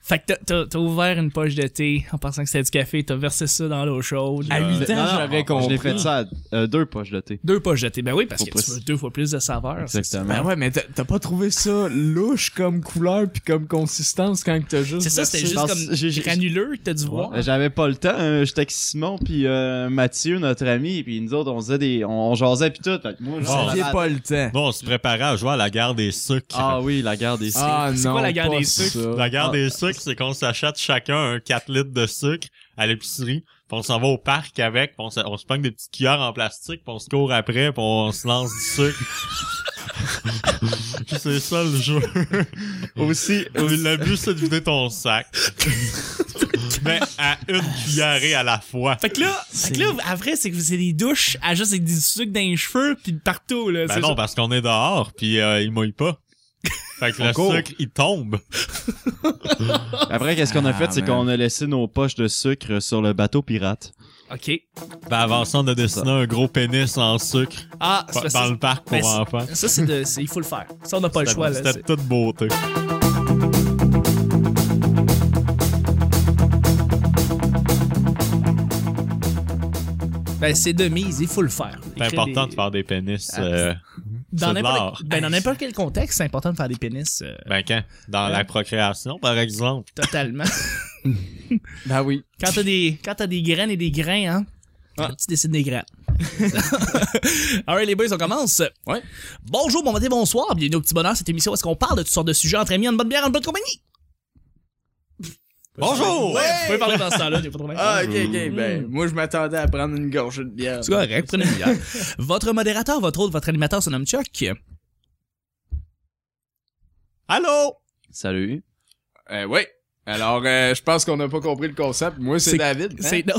Fait que t'as- t'as- t'as ouvert une poche de thé en pensant que c'était du café, t'as versé ça dans l'eau chaude. À Euh, 8 ans, j'aurais Je l'ai compris. fait ça à euh, deux poches de thé. Deux poches de thé. Ben oui, parce Faut que pas tu s- veux deux fois plus de saveur. c'est ça. Exactement. Ben ouais, mais t'as t'as pas trouvé ça louche comme couleur puis comme consistance quand que t'as juste. C'est ça, c'était versé- juste Dans- comme j'ai- j'ai- granuleux que t'as dû voir. Euh, J'avais pas le temps. hein. J'étais avec Simon puis euh, Mathieu, notre ami, puis nous autres on faisait des, on, on jasait puis tout. Fait que moi, je- Wow. Ah. Vous aviez pas le temps. Bon, on se préparait à jouer à la guerre des sucres. Ah oui, la garde ici. Ah c'est non, quoi la guerre pas des sucres? ça. La guerre Ah. des sucres, c'est qu'on s'achète chacun un 4 litres de sucre à l'épicerie, puis on s'en va au parc avec, puis on se, on se pogne des petites cuillères en plastique, puis on se court après, puis on se lance du sucre. Puis c'est ça le jeu. Aussi, Le but, c'est de vider ton sac. Mais à une cuillerée à la fois. Fait que là, fait que là, à vrai, c'est que vous avez des douches à juste avec du sucre dans les cheveux puis partout, là. Ben c'est non, ça. parce qu'on est dehors, puis euh, il mouille pas. Fait que On le court. sucre, il tombe. Après, qu'est-ce qu'on a Ah, fait, c'est man. qu'on a laissé nos poches de sucre sur le bateau pirate. OK. Ben avant ça, on a dessiné un gros pénis en sucre Ah, c'est pa- parce dans que- le parc mais pour enfants. ça, c'est de, c'est- il faut le faire. Ça, on n'a pas le choix, là. C'était de toute beauté. C'est- Ben, c'est de mise, il faut le faire. C'est important de faire des pénis. Ah, euh, Dans c'est de l'art. n'importe, ben, dans n'importe quel contexte, c'est important de faire des pénis. euh, Ben quand? Dans la procréation, par exemple. totalement. Ben oui. Quand t'as des, quand t'as des graines et des grains, hein, tu décides des graines. Alright, les boys, on commence. Ouais. Bonjour, bon matin, bonsoir. Bienvenue au petit bonheur, cette émission où est-ce qu'on parle de toutes sortes de sujets entre amis, en bonne bière, en bonne compagnie. Bonjour! Vous pouvez parler dans ce temps-là, j'ai pas de problème. Ah, ok, ok. Ben, moi, je m'attendais à prendre une gorgée de bière. C'est correct, prenez une bière. votre modérateur, votre autre, votre animateur se nomme Chuck. Allô? Salut. Euh, ouais. Alors, euh, je pense qu'on n'a pas compris le concept. Moi, c'est C'est- David. hein? C'est non.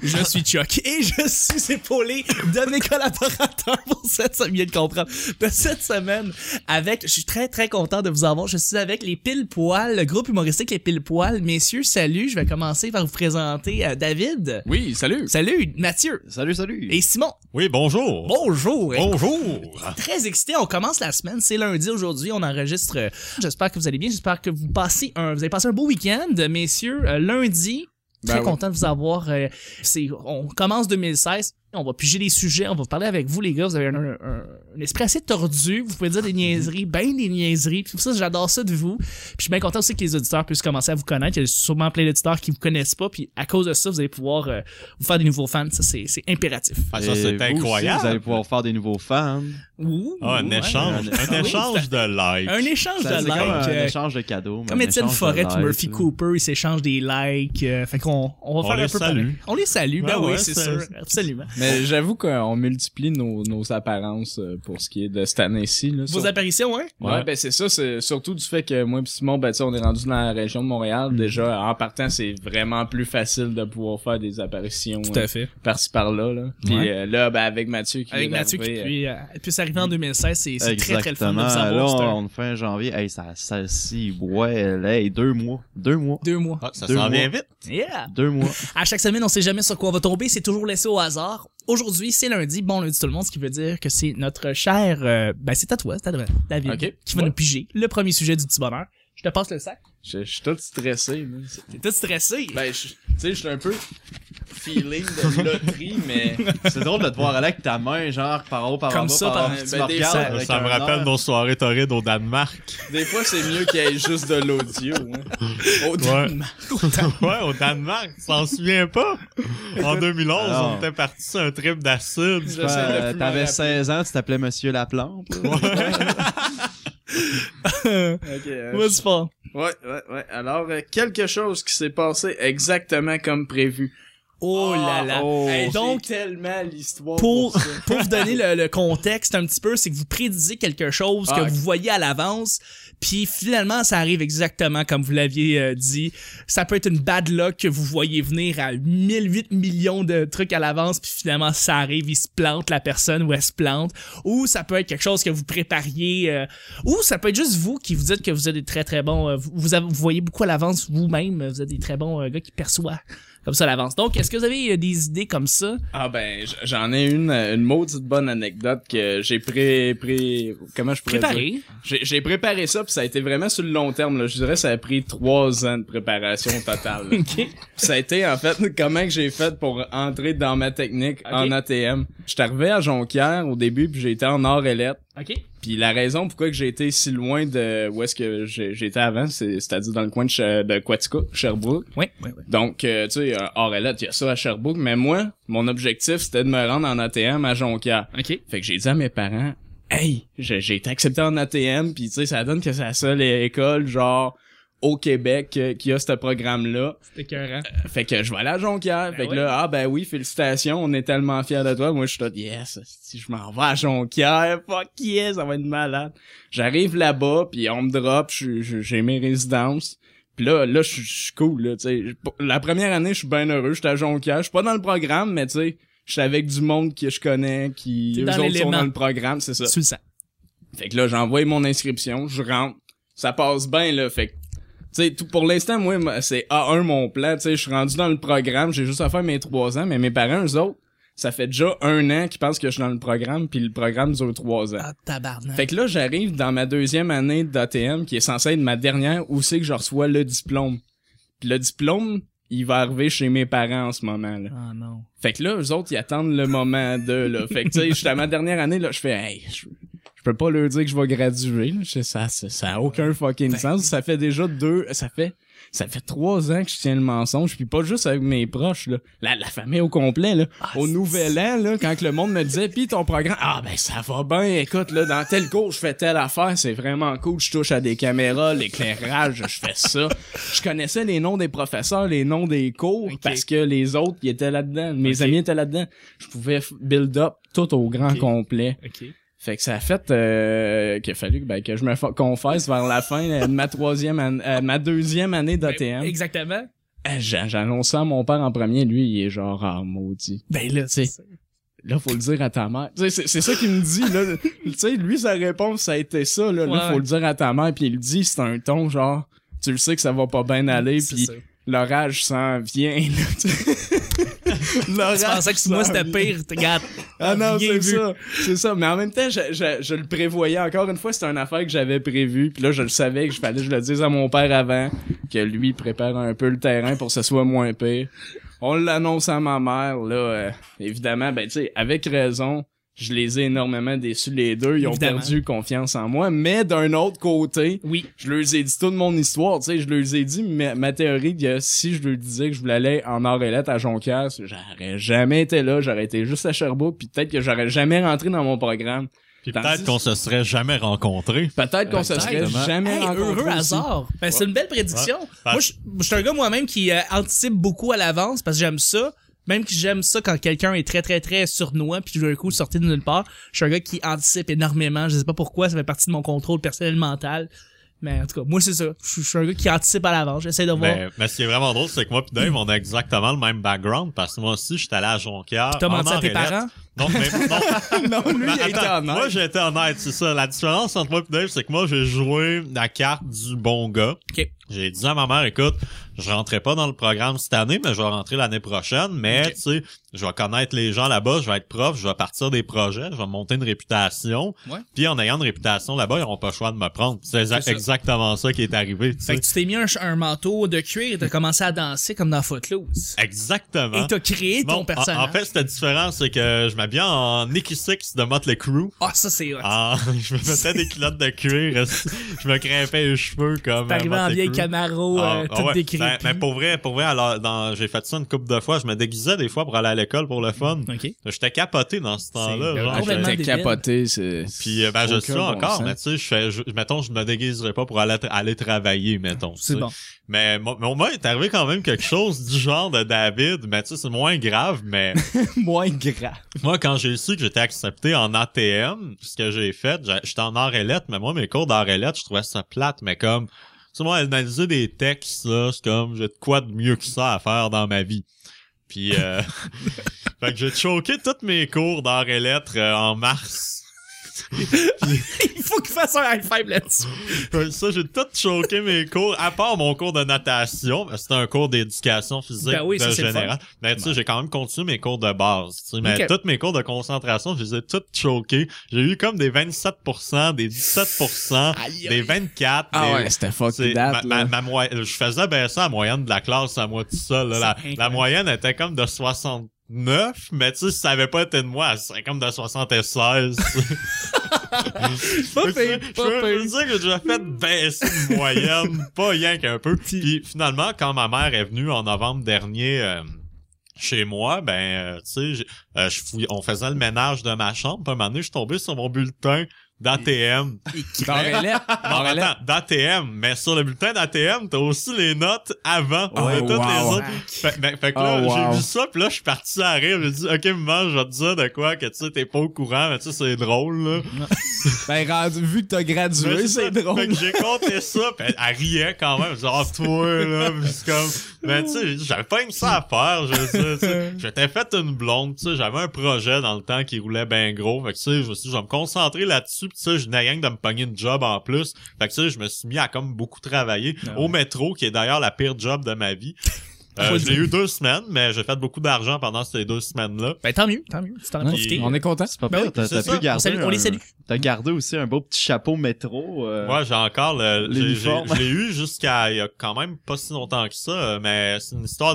je suis Chuck et je suis épaulé de mes collaborateurs pour cette semaine. Bien de comprendre. De cette semaine, avec, je suis très très content de vous avoir. Je suis avec les pile poils, le groupe humoristique les pile poils. Messieurs, salut. Je vais commencer par vous présenter euh, David. Oui, salut. Salut, Mathieu Salut, salut. et Simon. Oui, bonjour! Bonjour. Bonjour! très excité. On commence la semaine. C'est lundi aujourd'hui. On enregistre. euh, J'espère que vous allez bien. J'espère que vous passez un, vous avez passé un beau week-end, messieurs. Euh, lundi. Très Ben oui. content de vous avoir. euh, c'est, on commence 2016. On va piger des sujets. On va parler avec vous, les gars. Vous avez un, un, un- un esprit assez tordu. Vous pouvez dire des niaiseries, ben des niaiseries. Puis ça, j'adore ça de vous. Puis je suis bien content aussi que les auditeurs puissent commencer à vous connaître. Il y a sûrement plein d'auditeurs qui vous connaissent pas. Puis à cause de ça, vous allez pouvoir euh, vous faire des nouveaux fans. Ça, c'est, c'est impératif. Ah, ça, Et c'est vous aussi, vous allez incroyable! pouvoir faire des nouveaux fans. Ouh, Ah, un ouais. échange, un Ah oui, échange de likes. Un échange Ça, de c'est comme likes. un Ah, euh, échange de cadeaux. mais Comme un Étienne échange de Forêt et likes, Murphy là. Cooper, ils s'échangent des likes. euh, fait qu'on on va On faire un les peu salue. pareil. On les salue, ben, Ben oui, ouais, c'est ça- sûr. Absolument. Mais j'avoue qu'on multiplie nos, nos apparences euh, pour ce qui est de cette année-ci. là, Vos sur- apparitions, hein? Ouais, ben c'est ça, c'est surtout du fait que moi et Simon, ben, tu sais, on est rendu dans la région de Mm-hmm. Montréal. Déjà, en partant, c'est vraiment plus facile de pouvoir faire des apparitions euh, fait. par-ci par-là. Là. Puis Ouais. euh, là, ben, avec Mathieu qui Avec vient Mathieu qui d'arriver, euh, puis, euh, puisse arriver en 2016, c'est c'est très très le fun de vous Exactement. Là, avoir. c'est un- on, on fait un janvier. Hey, ça, ça, si, ouais, hey, deux mois. Deux mois. Deux mois. Ah, ça Deux s'en mois. vient vite! Yeah! Deux mois. À chaque semaine, on sait jamais sur quoi on va tomber, c'est toujours laissé au hasard. Aujourd'hui, c'est lundi, bon lundi tout le monde, ce qui veut dire que c'est notre cher, euh, ben c'est à toi, c'est à toi, David, Ok. qui va Ouais. nous piger le premier sujet du petit bonheur. Je te passe le sac. euh, je, je suis tout stressé. là. C'est- T'es tout stressé. Ben, je- tu sais, je suis un peu feeling de loterie, mais... C'est drôle de te voir aller avec ta main, genre, par haut, par Comme en bas, ça, par par- en haut, puis tu ben, me des- regardes ça- avec Ça me un rappelle air. nos soirées torrides au Danemark. Des fois, c'est mieux qu'il y ait juste de l'audio. Hein. Au Ouais. ouais, au Danemark, tu t'en souviens pas? En 2011, Alors. on était parti sur un trip d'acide. Je Ouais, sais, le euh, plus T'avais mal 16 ans, tu t'appelais Monsieur Laplante. Ok, euh, What's fun? Ouais, ouais, ouais. Alors, euh, quelque chose qui s'est passé exactement comme prévu. Oh là là. Oh. Hey, donc, donc, tellement l'histoire. pour, ça. pour vous donner le, le contexte un petit peu, c'est que vous prédisez quelque chose que Ah, ok. vous voyez à l'avance, puis finalement, ça arrive exactement comme vous l'aviez euh, dit. Ça peut être une bad luck que vous voyez venir à 1008 millions de trucs à l'avance, puis finalement, ça arrive, il se plante la personne ou elle se plante. Ou ça peut être quelque chose que vous prépariez, euh, ou ça peut être juste vous qui vous dites que vous êtes des très très bons, euh, vous, vous avez- vous voyez beaucoup à l'avance vous-même, vous êtes des très bons euh, gars qui perçoivent Comme ça, l'avance. Donc, est-ce que vous avez euh, des idées comme ça? Ah ben, j- j'en ai une, une maudite bonne anecdote que j'ai pré, pré, comment je pourrais dire? Préparé. J'ai j'ai préparé ça, puis ça a été vraiment sur le long terme. Là. Je dirais que ça a pris trois ans de préparation totale. là. OK. Ça a été en fait comment que j'ai fait pour entrer dans ma technique en ATM. J'étais arrivé à Jonquière au début puis j'étais en or élette. OK. Puis la raison pourquoi que j'ai été si loin de où est-ce que j'ai- j'étais avant, c'est- c'est-à-dire dans le coin de, Che- de Quatico, Sherbrooke. Oui, oui, oui. Donc euh, tu sais or élette, il y a ça à Sherbrooke, mais moi, mon objectif c'était de me rendre en ATM à Jonquière. OK. Fait que j'ai dit à mes parents, hey, j'ai j'ai été accepté en ATM, puis tu sais ça donne que c'est la seule école genre au Québec euh, qui a ce programme là. C'était écœurant. Fait que je vais aller à Jonquière. fait que ouais. là, ah ben oui, félicitations, on est tellement fiers de toi. Moi, je suis là, yes, si je m'en vais à Jonquière, fuck yes, ça va être malade. J'arrive là-bas, puis on me drop, je- je- j'ai mes résidences. Puis là, là, je suis- je suis cool, là, tu sais. Pour- La première année, je suis bien heureux, j'étais à Jonquière. Je suis pas dans le programme, mais tu sais, je suis avec du monde que je connais, qui, T'es eux dans autres sont l'élément. dans le programme, c'est ça. Tu le sens. Fait que là, j'envoie mon inscription, je rentre. Ça passe bien, là. Fait que, tu sais, tout- pour l'instant, moi, ma- c'est A1 mon plan. Tu sais, je suis rendu dans le programme, j'ai juste à faire mes trois ans, mais mes parents, eux autres, ça fait déjà un an qu'ils pensent que je suis dans le programme, puis le programme dure trois ans. Ah, tabarnak. Fait que là, j'arrive dans ma deuxième année d'ATM, qui est censée être ma dernière, où c'est que je reçois le diplôme. Puis le diplôme, il va arriver chez mes parents en ce moment, là. Ah non. Fait que là, eux autres, ils attendent le moment de, là. Fait que, tu sais, j'étais à ma dernière année, là, je fais, hey, je, je peux pas leur dire que je vais graduer, là. Je sais, Ça, ça, ça a aucun fucking sens. Ça fait déjà deux, ça fait, ça fait trois ans que je tiens le mensonge, puis pas juste avec mes proches, là. La, la famille au complet, là. au nouvel an, là, quand que le monde me disait, pis ton programme, ah, ben, ça va bien, écoute, là, dans tel cours, je fais telle affaire, c'est vraiment cool, je touche à des caméras, l'éclairage, je fais ça. Je connaissais les noms des professeurs, les noms des cours, parce que les autres, ils étaient là-dedans. Mes amis étaient là-dedans. Je pouvais f- build up tout au grand complet. OK. Fait que ça a fait euh, qu'il a fallu ben, que je me fa- confesse vers la fin euh, de ma troisième an- euh, ma deuxième année Ben, d'ATM. Exactement. Euh, j'a- J'annonce ça à mon père en premier, lui, il est genre ah, maudit. Ben là, Tu sais, Là, faut le dire à ta mère. Tu sais, C'est c'est ça qu'il me dit, là. tu sais, lui, sa réponse, ça a été ça, là. Là, Ouais. faut le dire à ta mère, puis il le dit, c'est un ton, genre, tu le sais que ça va pas bien aller, c'est puis ça. l'orage s'en vient, là. tu sais. Tu L'orage pensais que moi, s'en c'était vient. pire. Regarde. Ah non, Bien c'est vu. ça. C'est ça. Mais en même temps, je, je, je le prévoyais. Encore une fois, c'était une affaire que j'avais prévue. Puis là, je le savais que je fallait que je le dise à mon père avant, que lui prépare un peu le terrain pour que ce soit moins pire. On l'annonce à ma mère, là. euh, évidemment, ben tu sais, avec raison, je les ai énormément déçus les deux. Ils ont Évidemment. perdu confiance en moi. Mais d'un autre côté, Oui. je leur ai dit toute mon histoire, tu sais, je leur ai dit ma, ma théorie que si je leur disais que je voulais aller en Orelette à Jonquière, c'est- j'aurais jamais été là, j'aurais été juste à Sherbrooke, puis peut-être que j'aurais jamais rentré dans mon programme. Puis Tandis- peut-être qu'on se serait jamais rencontrés. Peut-être qu'on se serait Exactement. jamais Hey, rencontrés heureux aussi. hasard. Ben, c'est une belle prédiction. Parce- Moi, je je suis un gars moi-même qui euh, anticipe beaucoup à l'avance parce que j'aime ça. Même que j'aime ça quand quelqu'un est très très très sournois puis d'un coup sorti de nulle part. Je suis un gars qui anticipe énormément. Je sais pas pourquoi, ça fait partie de mon contrôle personnel mental. Mais en tout cas, moi c'est ça. Je suis- je suis un gars qui anticipe à l'avance. J'essaie de voir. Mais, mais ce qui est vraiment drôle, c'est que moi pis Dave, on a exactement le même background parce que moi aussi, j'étais allé à Jonquière. T'as en menti à tes Orelette. parents? Non, mais non. Ah non, lui, Ben, il a été attends, Moi, honnête. j'ai été honnête, c'est ça. La différence entre moi et Dave, c'est que moi, j'ai joué la carte du bon gars. Ok. J'ai dit à ma mère, écoute, je rentrais pas dans le programme cette année, mais je vais rentrer l'année prochaine. Mais, tu sais, je vais connaître les gens là-bas, je vais être prof, je vais partir des projets, je vais monter une réputation. Ouais. Puis en ayant une réputation là-bas, ils n'auront pas le choix de me prendre. C'est exa- ça. exactement ça qui est arrivé. tu sais. Fait que tu t'es mis un, ch- un manteau de cuir et t'as commencé à danser comme dans Footloose. Exactement. Et t'as créé Bon, ton en- personnage. En fait, c'était différent, c'est que je m'habillais en Nicky Six de Motley Crue. ah, ça c'est hot. Ah, je me mettais des culottes de cuir, je me crimpais les cheveux comme. T'es arrivé euh, en Motley vieille Crue. Camaro, Ah, euh, ah tout ouais. décrit. Ben, ben, pour vrai, pour vrai, alors, dans- j'ai fait ça une couple de fois. Je me déguisais des fois pour aller à l'école pour le fun. Ok. J'étais capoté dans ce temps-là. Mm. C'est genre, complètement j'étais- Ah, J'étais capoté, c'est... Puis, euh, ben, je aucun suis bon encore, sens. mais tu sais, je, fais- je, mettons, je me déguiserais pas pour aller, tra- aller travailler, mettons. tu C'est sais. bon. Mais, moi, mais au moins, est arrivé quand même quelque chose du genre de David, mais tu sais, c'est moins grave, mais moins gras. moi, quand j'ai su que j'étais accepté en ATM, ce que j'ai fait, j'a- j'étais en RLette, mais moi, mes cours d'RLette, je trouvais ça plate, mais comme, tu sais, moi, analyser des textes, là, c'est comme, j'ai de quoi de mieux que ça à faire dans ma vie. Puis, euh, fait que j'ai choqué tous mes cours d'art et lettres euh, en mars. Il faut qu'il fasse un high five là-dessus. Fait que Ça, j'ai tout choqué mes cours, à part mon cours de natation. C'était un cours d'éducation physique Ben oui, ça, de c'est le fun. général. Mais tu sais, j'ai quand même continué mes cours de base. tu sais. Mais Ok. tous mes cours de concentration, je les ai tous choqués. J'ai eu comme des 27%, des 17%, Aïe, aïe. des 24%. Ah des- ouais, c'était c'est- fucking ma, date, ma- là. ma moy- je faisais ben ça la moyenne de la classe à moi tout seul. là. La, C'est incroyable. la moyenne était comme de 69, mais tu sais, si ça avait pas été de moi, c'est comme de 76. Pas Fait que pire, je- pas je peux pire. dire que j'ai fait baisser une moyenne, pas rien qu'un peu. Puis finalement, quand ma mère est venue en novembre dernier euh, chez moi, ben, euh, tu sais, j'ai- euh, je fouillais- on faisait le ménage de ma chambre. Puis un moment donné, je suis tombé sur mon bulletin d'ATM. Dans les lettres. Non, Dans les lettres. attends, d'ATM. Mais sur le bulletin d'ATM, t'as aussi les notes avant Oh, de toutes les wow. autres. Fait, ben, fait que là, Oh, wow. j'ai vu ça, puis là, je suis parti à rire. J'ai dit, OK, maman, je vais te dire de quoi que, tu sais, t'es pas au courant, mais tu sais, c'est drôle, là. Ben, rendu- vu que t'as Mais gradué, c'est ça. Fait drôle. que j'ai compté ça, pis elle, elle riait quand même. Genre, toi, là, pis c'est comme... Mais tu sais, j'avais pas une ça à faire, je veux dire, tu sais. J'étais fait une blonde, tu sais, j'avais un projet dans le temps qui roulait ben gros. Fait que tu sais, je me suis dit, je vais me concentrer là-dessus, pis tu sais, je n'ai rien que de me pogner une job en plus. Fait que tu sais, je me suis mis à comme beaucoup travailler Ah au métro, qui est d'ailleurs la pire job de ma vie. Euh, Faut je l'ai eu deux semaines, mais j'ai fait beaucoup d'argent pendant ces deux semaines-là. Ben tant mieux, tant mieux. Tu t'en as Ouais, profité. On est content. Pas Ben pire, oui, t'as- c'est t'as ça. pu On garder salue- on les un- salue. T'as gardé aussi un beau petit chapeau métro. euh, Ouais, j'ai encore le. j'ai- j'ai- L'uniforme. Je l'ai eu jusqu'à il y a quand même pas si longtemps que ça, euh, mais c'est une histoire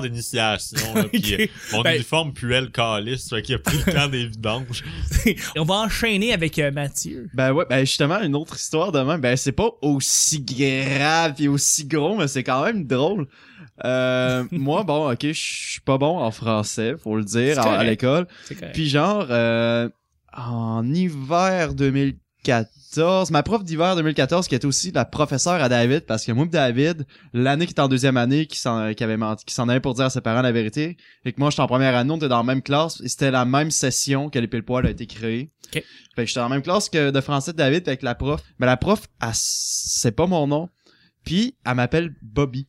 d'initiation. là, puis, euh, Mon Ben- uniforme puait le calice, fait qu'il a pris le temps des vidanges. Et on va enchaîner avec euh, Mathieu. Ben ouais, ben justement, une autre histoire de même. Ben c'est pas aussi grave et aussi gros, mais c'est quand même drôle. Euh, moi, bon, ok, je suis pas bon en français, faut le dire, C'est à, à correct. l'école. C'est correct. Puis genre, euh, en hiver 2014, ma prof d'hiver 2014, qui était aussi la professeure à David, parce que moi et David, l'année qui était en deuxième année, qui s'en, qui avait menti, qui s'en allait pour dire à ses parents la vérité, et que moi j'étais en première année, on était dans la même classe, et c'était la même session que les pile poil a été créée. Ok. Fait que j'étais dans la même classe que de français de David, avec la prof. Mais la prof, elle s- c'est pas mon nom. Puis, elle m'appelle Bobby.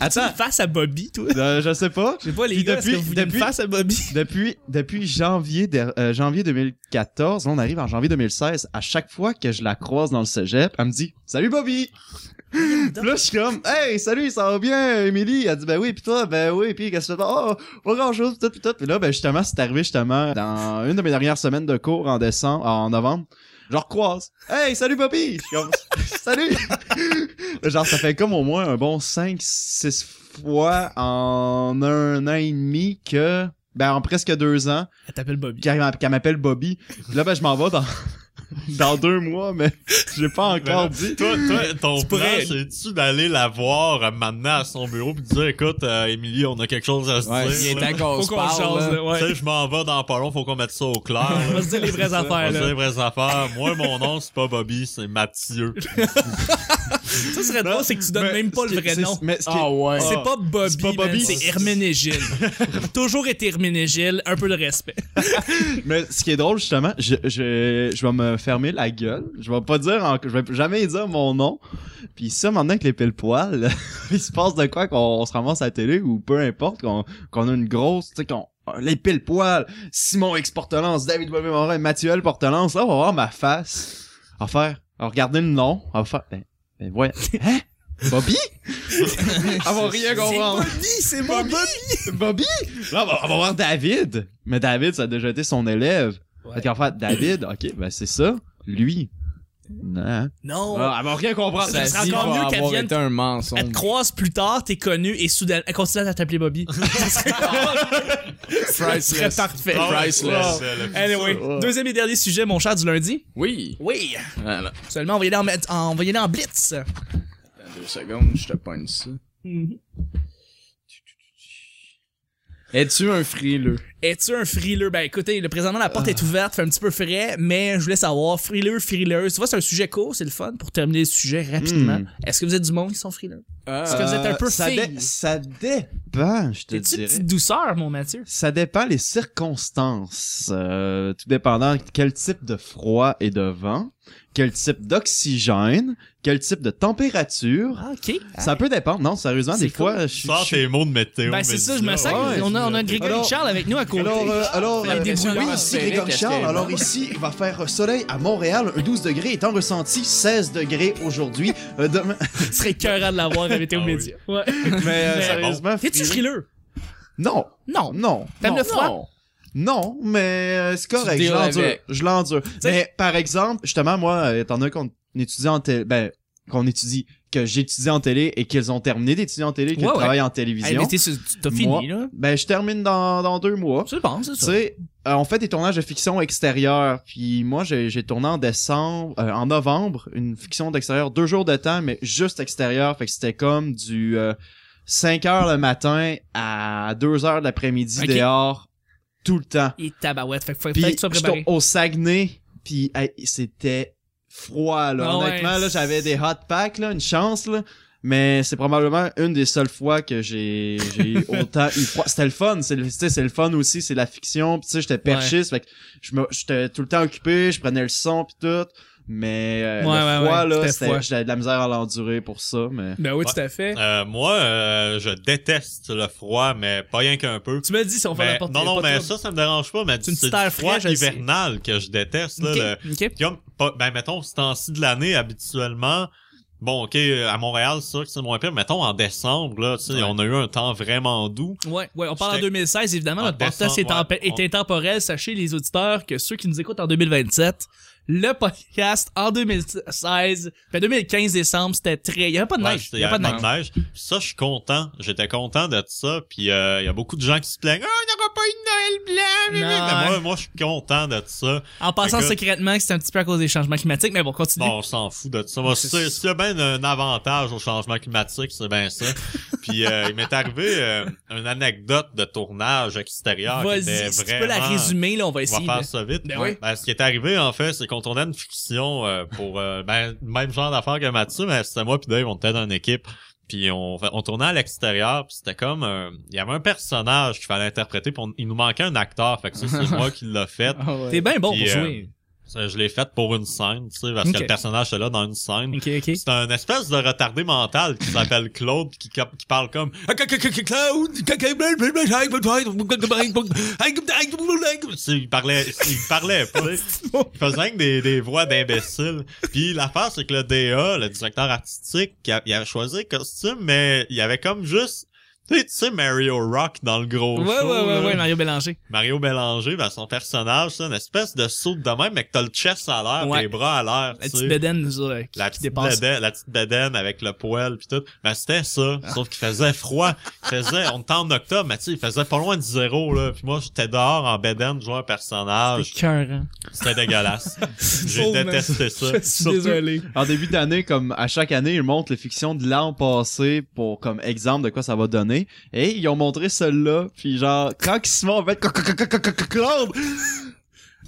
Attends, Face à Bobby, toi. euh, je sais pas. Je sais pas, les Puis gars, depuis- est-ce que vous voulez me depuis- face à Bobby. Depuis, depuis janvier, der- euh, janvier 2014, là, on arrive en janvier 2016, à chaque fois que je la croise dans le cégep, elle me dit « Salut Bobby! » Puis là, je suis comme « Hey, salut, ça va bien, Émilie? » Elle dit « Ben oui, pis toi? Ben oui, pis qu'est-ce que tu fais? Oh, pas grand-chose, pis tout, pis tout. » Puis là, ben justement, c'est arrivé justement dans une de mes dernières semaines de cours en décembre, en novembre, je la recroise. « Hey, salut Bobby! » Je suis comme « Salut! » Genre, ça fait comme au moins un bon 5-6 fois en un an et demi que... Ben, en presque deux ans, Elle t'appelle Bobby. qu'elle m'a- qu'elle m'appelle Bobby. Puis là, ben, je m'en vais dans, dans deux mois, mais j'ai pas encore dit. Ben Toi, toi, ton Tu plan, pourrais- c'est-tu d'aller la voir euh, maintenant à son bureau pis dire, écoute, euh, Émilie, on a quelque chose à se Ouais, il dire. est là. temps qu'on Faut se qu'on se parle, jase, là. là, Tu sais, ouais. je m'en vais dans pas long, faut qu'on mette ça au clair. On là. va se dire les vraies affaires, On se dit là. les vraies affaires. Moi, mon nom, c'est pas Bobby, c'est Mathieu. Ça serait drôle, c'est que tu donnes Mais même pas ce le qui- vrai c'est- nom. Mais ce qui- Ah ouais. C'est pas Bobby, c'est pas man, Bobby. c'est Herménégile. Toujours été Herménégile, un peu de respect. mais ce qui est drôle, justement, je, je, je vais me fermer la gueule. Je vais pas dire, en- je vais jamais dire mon nom. Puis ça, maintenant que les pile poil il se passe de quoi qu'on se ramasse à la télé ou peu importe, qu'on qu'on a une grosse, tu sais, qu'on euh, les pile poil Simon X Portelance, David Bobby Morin, Mathieu L. Portelance, là, on va voir ma face. En faire, en regarder le nom, en faire, ben, ben, ouais. Hein? Bobby? Elle va rien comprendre. c'est Bobby! Bobby! Là, on va, on va voir David. Mais David, ça a déjà été son élève. Ouais. Fait qu'en fait, David, ok, ben c'est ça. Lui. Non. Non! Ah, elle va rien comprendre. Ça Ça serait dit encore mieux va qu'elle avoir vienne- été un mensonge. Elle te croise plus tard, t'es connu et soudain, elle continue à t'appeler Bobby. Ça serait Priceless. parfait. Priceless. Ah, C'est le- Anyway, Ouais. deuxième et dernier sujet, mon cher du lundi. Oui. Oui! Voilà. Seulement, on va y aller en, met- en- on va y aller en blitz. Attends deux secondes, je te pogne ça. Mm-hmm. Es-tu un frileux? Es-tu un frileux? Ben écoutez, le présentement la porte est ouverte, fait un petit peu frais, mais je voulais savoir, frileux, frileuse. Tu vois, c'est un sujet court, c'est le fun pour terminer le sujet rapidement. Hmm. Est-ce que vous êtes du monde qui sont frileux? Ah, Est-ce que vous êtes un peu Euh, ça, fille? dé- ça dépend, je te T'es-tu une dirais. petite douceur, mon Mathieu? Ça dépend les circonstances, euh, tout dépendant quel type de froid et de vent, quel type d'oxygène, quel type de température. Ah, ok. Ça peut dépendre. Non, sérieusement, C'est des fois, je suis... Sors tes mots de météo. Ben c'est ça, je Mélissa. me sens ouais, qu'on a, on a c'est- Grégory Alors- Charles avec nous à côté. Alors, euh, alors Il y a euh, des oui, bruits. ici Grégory Charles. Alors ici, il va faire soleil à Montréal, un 12 degrés, étant ressenti 16 degrés aujourd'hui. Euh, demain- Ce serait cœur de l'avoir à Météo Ah oui. Média. Ouais. Mais, euh, Mais- sérieusement, T'es-tu Free- frileux? Non, Non. non. T'aimes non, le froid? Non. Non, mais euh, c'est correct, Tu je deals l'endure. avec. Je l'endure. sais- Mais par exemple, justement, moi, euh, étant donné qu'on étudie en télé, ben, qu'on étudie, que j'étudie en télé et qu'ils ont terminé d'étudier en télé, qu'ils Ouais, ouais. travaillent en Hey, télévision, Eh, mais t'es- c'est- t'as moi- fini, là. ben, je termine dans, dans deux mois. Je pense, c'est Tu ça. sais, euh, on fait des tournages de fiction extérieure. Puis moi, j'ai j'ai tourné en décembre, euh, en novembre, une fiction d'extérieur, deux jours de temps, mais juste extérieur. Fait que c'était comme du euh, 5 heures le matin à 2 heures de l'après-midi Ok. dehors, tout le temps. Et tabarouette. Fait que faut- Puis fallait que tu sois préparé. j'étais au Saguenay, puis hey, c'était froid, là. Ah Honnêtement, ouais. là, j'avais des hot packs, là, une chance, là. Mais c'est probablement une des seules fois que j'ai j'ai eu autant eu froid. C'était le fun, c'est le, tu sais, c'est le fun aussi, c'est la fiction. Puis tu sais, j'étais perchiste, fait que je me- j'étais tout le temps occupé, je prenais le son puis tout. Mais euh, Ouais, le ouais, froid, ouais, là, c'était c'était- froid. j'avais de la misère à l'endurer pour ça, mais... Ben oui, tout à fait. Euh, moi, euh, je déteste le froid, mais pas rien qu'un peu. Tu m'as dit si on fait Mais- la porte Ben, non, non, mais ça, ça me dérange pas, mais C'est une c'est petite du air froid frais, je le sais. hivernal que je déteste. Là, le- Ok. Comme, pas- ben, mettons, ce temps-ci de l'année, habituellement, bon, OK, euh, à Montréal, c'est sûr que c'est moins pire. Mettons, en décembre, là, tu sais, Ouais. on a eu un temps vraiment doux. Ouais, ouais, on parle en J'étais- 2016, évidemment. En Notre podcast est, décembre, Ah, ouais, tempe- est on- intemporel. Sachez, les auditeurs, que ceux qui nous écoutent en 2027, le podcast en 2016, ben 2015 décembre, c'était très. Il n'y avait pas Ah, de Ouais, neige. c'était- Il y avait pas de neige. neige. Ça, je suis content. J'étais content de ça. Puis euh, il y a beaucoup de gens qui se plaignent. Ah, il n'y aura pas eu de Noël blanc. Non. Mais moi, moi, je suis content de ça. En passant Écoute. secrètement que c'est un petit peu à cause des changements climatiques, mais bon, continue. Bon, on s'en fout de ça. Moi, C'est- c'est c'est bien un avantage au changement climatique, c'est bien ça. Puis euh, il m'est arrivé euh, une anecdote de tournage extérieur. qui Vas-y, était si tu peux la vraiment- résumer, là, on va On essayer. va de- faire ça vite. Ben oui. Ben, ce qui est arrivé, en fait, c'est qu'on tournait une fiction euh, pour euh, ben, le même genre d'affaires que Mathieu, mais c'était moi puis Dave, on était dans une équipe. Puis on, fait- on tournait à l'extérieur, puis c'était comme... euh, Il y avait un personnage qu'il fallait interpréter, puis on- il nous manquait un acteur, fait que ça, c'est moi qui l'ai fait. Ah ouais. T'es bien bon Puis, pour euh, jouer. Ça, je l'ai fait pour une scène, tu sais, parce Ok. que le personnage était là dans une scène. Ok, ok. C'est un espèce de retardé mental qui s'appelle Claude qui, cap- qui parle comme Tu sais, il parlait il parlait pas tu sais. il faisait rien que des, des voix d'imbéciles puis l'affaire c'est que le DA le directeur artistique il a- il avait choisi le costume mais il avait comme juste tu sais, tu sais Mario Rock dans le gros Ouais, ouais, show, ouais, là. ouais, Mario Bélanger. Mario Bélanger ben, son personnage c'est une espèce de saut de même mais que t'as le chest à l'air Ouais. Ben, pis les bras à l'air La tu sais. petite bédaine, ça, qui, La qui petite, dépasse. bedaine, la petite bedaine avec le poêle puis tout. Ben, c'était ça. Ah. Sauf qu'il faisait froid. Il faisait, on était en octobre, mais tu sais, il faisait pas loin de zéro, là. Puis moi, j'étais dehors en bedaine, jouais un personnage. Cœur, hein. C'était dégueulasse. J'ai Oh, man. détesté ça. Je suis Surtout- désolé. En début d'année, comme à chaque année, ils montrent les fictions de l'an passé pour comme exemple de quoi ça va donner. Et ils ont montré celle-là. Puis genre, quand ils se met en fait, Claude,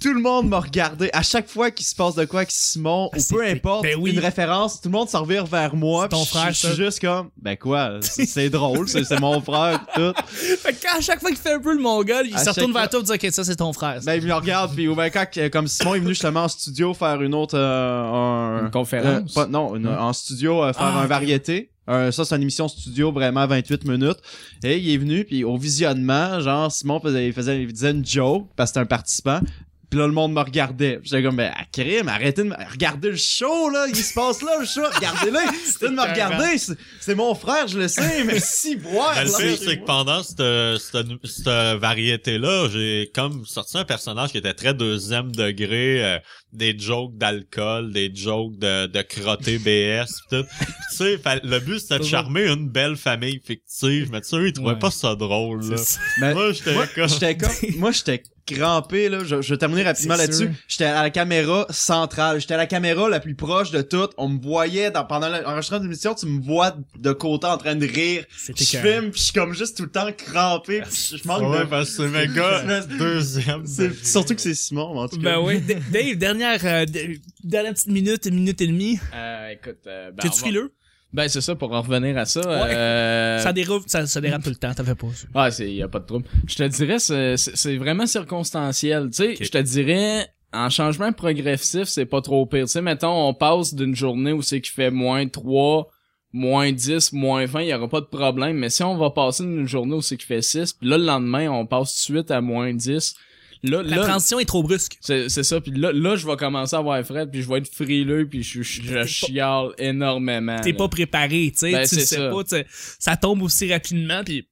tout le monde m'a regardé. À chaque fois qu'il se passe de quoi avec Simon, Ah, ou c'est- peu importe, ben oui. une référence, tout le monde s'en revient vers moi. C'est ton puis je- frère, je ça. suis juste comme, ben quoi, c'est c'est drôle, c'est c'est mon frère, tout. Fait que quand à chaque fois qu'il fait un peu le mongol, il À se retourne chaque vers toi et dit Ok, ça, c'est ton frère. ça. Ben, il me regarde, puis ou ben, quand, euh, comme Simon est venu justement en studio faire une autre, euh, un- Une conférence. euh, pas- non, une- en studio, euh, faire Hein? Ah, un ok. variété. Euh, ça, c'est une émission studio, vraiment 28 minutes. Et il est venu, puis au visionnement, genre, Simon faisait, il faisait, il disait une joke, parce que c'était un participant. Puis là, le monde me regardait. Puis J'étais comme, ben, ah, crime, arrêtez de me... Regardez le show, là! Il se passe là, le show! Regardez-le! Arrêtez de me regarder! C'est- C'est mon frère, je le sais, mais si, boire! Mais Ben, le là. pire, c'est que pendant cette, cette, cette variété-là, j'ai comme sorti un personnage qui était très deuxième degré, euh, des jokes d'alcool, des jokes de, de crotté BS, pis tout. Pis tu sais, fa- le but, c'était de charmer une belle famille fictive, mais tu sais, eux, ils trouvaient Ouais. pas ça drôle, là. C'est- Mais- Moi, j'étais Moi, comme... j'étais comme- moi, j'étais crampé, là. Je, je vais terminer rapidement C'est là-dessus. sûr. J'étais à la caméra centrale. J'étais à la caméra la plus proche de toutes. On me voyait dans, pendant l'enregistrement de l'émission, tu me vois de côté en train de rire. C'était Je cœur. filme, puis je suis comme juste tout le temps crampé. puis je manque Ouais, de... parce que c'est méga deuxième c'est- degré. Surtout que c'est Simon, en tout cas. Ben oui. D- Dave, dernière, euh, d- dernière petite minute, minute et demie. Euh, écoute, euh, ben, T'es-tu on va- frileux? Ben, c'est ça, pour en revenir à ça. Ouais. euh, Ça déroule, ça, ça dérape tout le temps, t'en fais pas. ça. Ah, c'est y a pas de trouble. Je te dirais c'est c'est- c'est vraiment circonstanciel, tu sais, Ok. je te dirais en changement progressif, c'est pas trop pire. Tu sais, mettons on passe d'une journée où c'est qu'il fait moins 3 moins 10, moins 20, il y aura pas de problème. Mais si on va passer une journée où c'est qu'il fait 6, puis là, le lendemain, on passe tout de suite à moins 10, là, La là, transition est trop brusque. c'est c'est ça. Puis là, là, je vais commencer à avoir fret, puis je vais être frileux, puis je, je, je chiale énormément. T'es Ah, là. pas préparé, tu sais, Ben, tu le c'est sais ça. pas, tu sais, ça tombe aussi rapidement, puis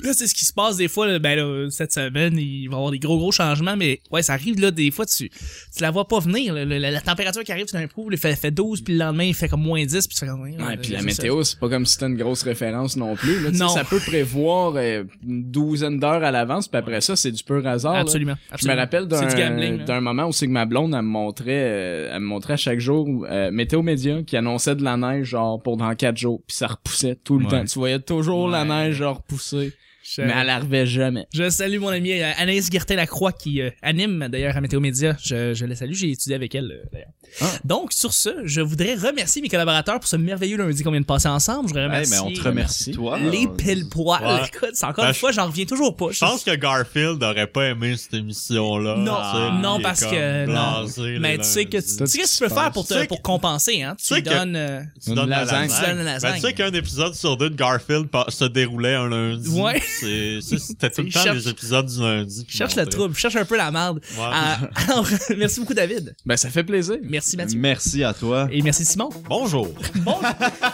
là, c'est ce qui se passe des fois, là, ben là, cette semaine, il va y avoir des gros, gros changements, mais ouais, ça arrive, là, des fois, tu, tu la vois pas venir, là, la, la- la température qui arrive, tu d'un coup, il fait, fait 12, puis le lendemain, il fait comme moins 10, puis tu fais comme... Ouais, puis la c'est météo, c'est pas comme si c'était une grosse référence non plus. Là, Tu sais, Non. Ça peut prévoir euh, une douzaine d'heures à l'avance, puis après ça, c'est du pur ça. hasard. là. Absolument, Ah, Je me absolument. rappelle C'est du gambling, d'un là. d'un moment où c'est que ma blonde, elle me montrait, euh, elle me montrait à chaque jour euh, Météo Média qui annonçait de la neige genre pour dans quatre jours, puis ça repoussait tout le Ouais. temps. Tu voyais toujours la neige genre repousser, Je- mais elle arrivait jamais. Je salue mon ami euh, Anaïs Guertin-Lacroix qui euh, anime d'ailleurs à Météo Média. Je, je la salue, j'ai étudié avec elle euh, d'ailleurs. Donc, sur ce, je voudrais remercier mes collaborateurs pour ce merveilleux lundi qu'on vient de passer ensemble. Je voudrais Hey, mais remercier euh, on te remercie, toi. les pile poils. Ouais. Écoute, c'est encore Ben, une je- fois, j'en reviens toujours pas. Je pense que Garfield aurait pas aimé cette émission-là. Non, Ah, non, il est parce comme que- non. blasé le Mais tu sais que tu, lundi. tu sais qu'est-ce que tu peux faire pour, Tu te, sais pour compenser, hein? Tu, sais que- donnes. euh, Tu Une donnes la lasagne. Tu donnes la lasagne. lasagne. Ben, tu sais qu'un épisode sur deux de Garfield pa- se déroulait un lundi. Ouais. C'est, c'est- c'était tout le Il temps cherche- les épisodes du lundi. qui cherche le montraient. trouble, cherche un peu la merde. Ouais. Euh, alors, merci beaucoup, David. Ben ça fait plaisir. Merci, Mathieu. Merci à toi. Et merci, Simon. Bonjour. Bon,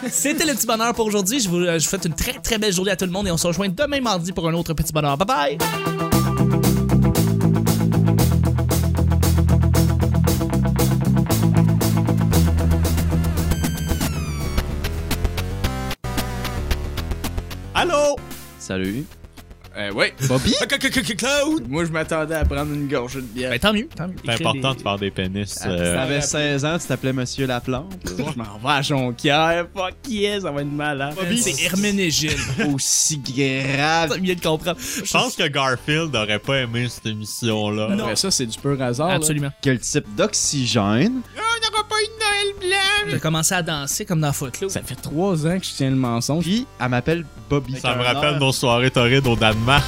c'était le petit bonheur pour aujourd'hui. Je vous, euh, je vous souhaite une très très belle journée à tout le monde et on se rejoint demain mardi pour un autre petit bonheur. Bye bye! Allô? Salut. Euh, ouais. Bobby? Cloud! Moi je m'attendais à prendre une gorgée de bière. Ben, tant mieux, tant mieux. C'est Écrire important des- de faire des pénis. Ah, euh, T'avais 16 ans, tu t'appelais Monsieur Laplante. Je m'en vais à Jonquière, fuck yeah, ça va être malade. Euh, C'est Herménégile. Aussi grave. T'as mieux de comprendre. Je pense que Garfield aurait pas aimé cette émission-là. Non. Après ça, c'est du pur hasard. là. Absolument. Quel type d'oxygène? J'ai commencé à danser comme dans Footloose. Ça fait trois ans que je tiens le mensonge. Puis, elle m'appelle Bobby. Ça me rappelle nos soirées torrides au Danemark.